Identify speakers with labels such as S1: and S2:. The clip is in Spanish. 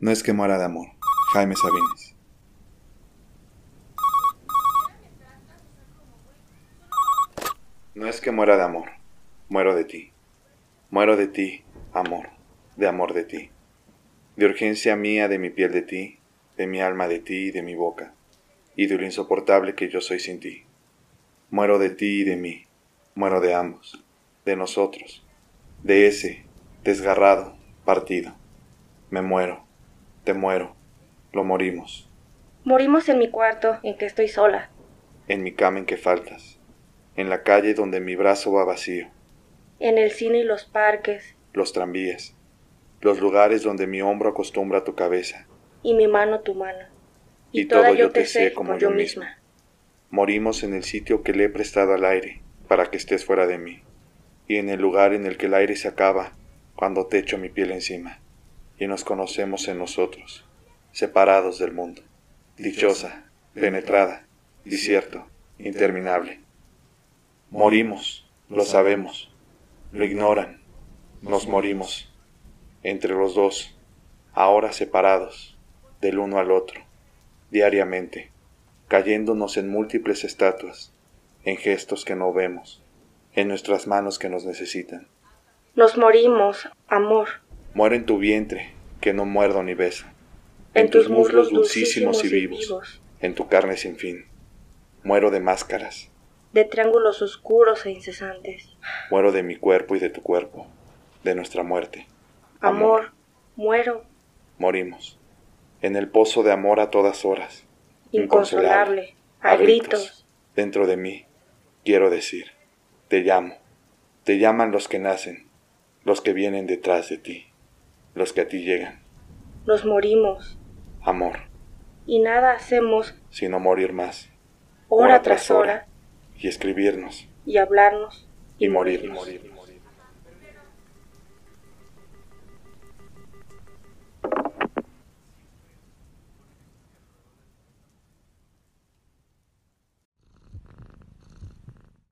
S1: No es que muera de amor. Jaime Sabines. No es que muera de amor. Muero de ti. Muero de ti, amor. De amor de ti. De urgencia mía de mi piel de ti, de mi alma de ti y de mi boca, y de lo insoportable que yo soy sin ti. Muero de ti y de mí, muero de ambos, de nosotros, de ese desgarrado partido. Me muero, te muero, lo morimos,
S2: Morimos en mi cuarto en que estoy sola.
S1: en mi cama en que faltas, en la calle donde mi brazo va vacío,
S2: En el cine y los parques.
S1: los tranvías, los lugares donde mi hombro acostumbra tu cabeza.
S2: Y mi mano tu mano.
S1: Y todo yo te sé como yo misma. Morimos en el sitio que le he prestado al aire para que estés fuera de mí, y en el lugar en el que el aire se acaba cuando te echo mi piel encima, y nos conocemos en nosotros, separados del mundo, dichosa, penetrada, desierto, interminable. Morimos, lo sabemos, lo ignoran, nos morimos, entre los dos, ahora separados, del uno al otro, diariamente cayéndonos en múltiples estatuas, en gestos que no vemos, en nuestras manos que nos necesitan.
S2: Nos morimos, amor.
S1: Muero en tu vientre, que no muerdo ni beso,
S2: En tus muslos dulcísimos y vivos.
S1: en tu carne sin fin. Muero de máscaras,
S2: De triángulos oscuros e incesantes.
S1: muero de mi cuerpo y de tu cuerpo, de nuestra muerte.
S2: Amor, muero,
S1: Morimos, en el pozo de amor a todas horas,
S2: inconsolable. A gritos.
S1: Dentro de mí, quiero decir, te llamo. Te llaman los que nacen, los que vienen detrás de ti, los que a ti llegan.
S2: Nos morimos.
S1: Amor,
S2: Y nada hacemos
S1: sino morir más
S2: hora tras hora
S1: y escribirnos
S2: y hablarnos
S1: y morirnos.
S3: morir.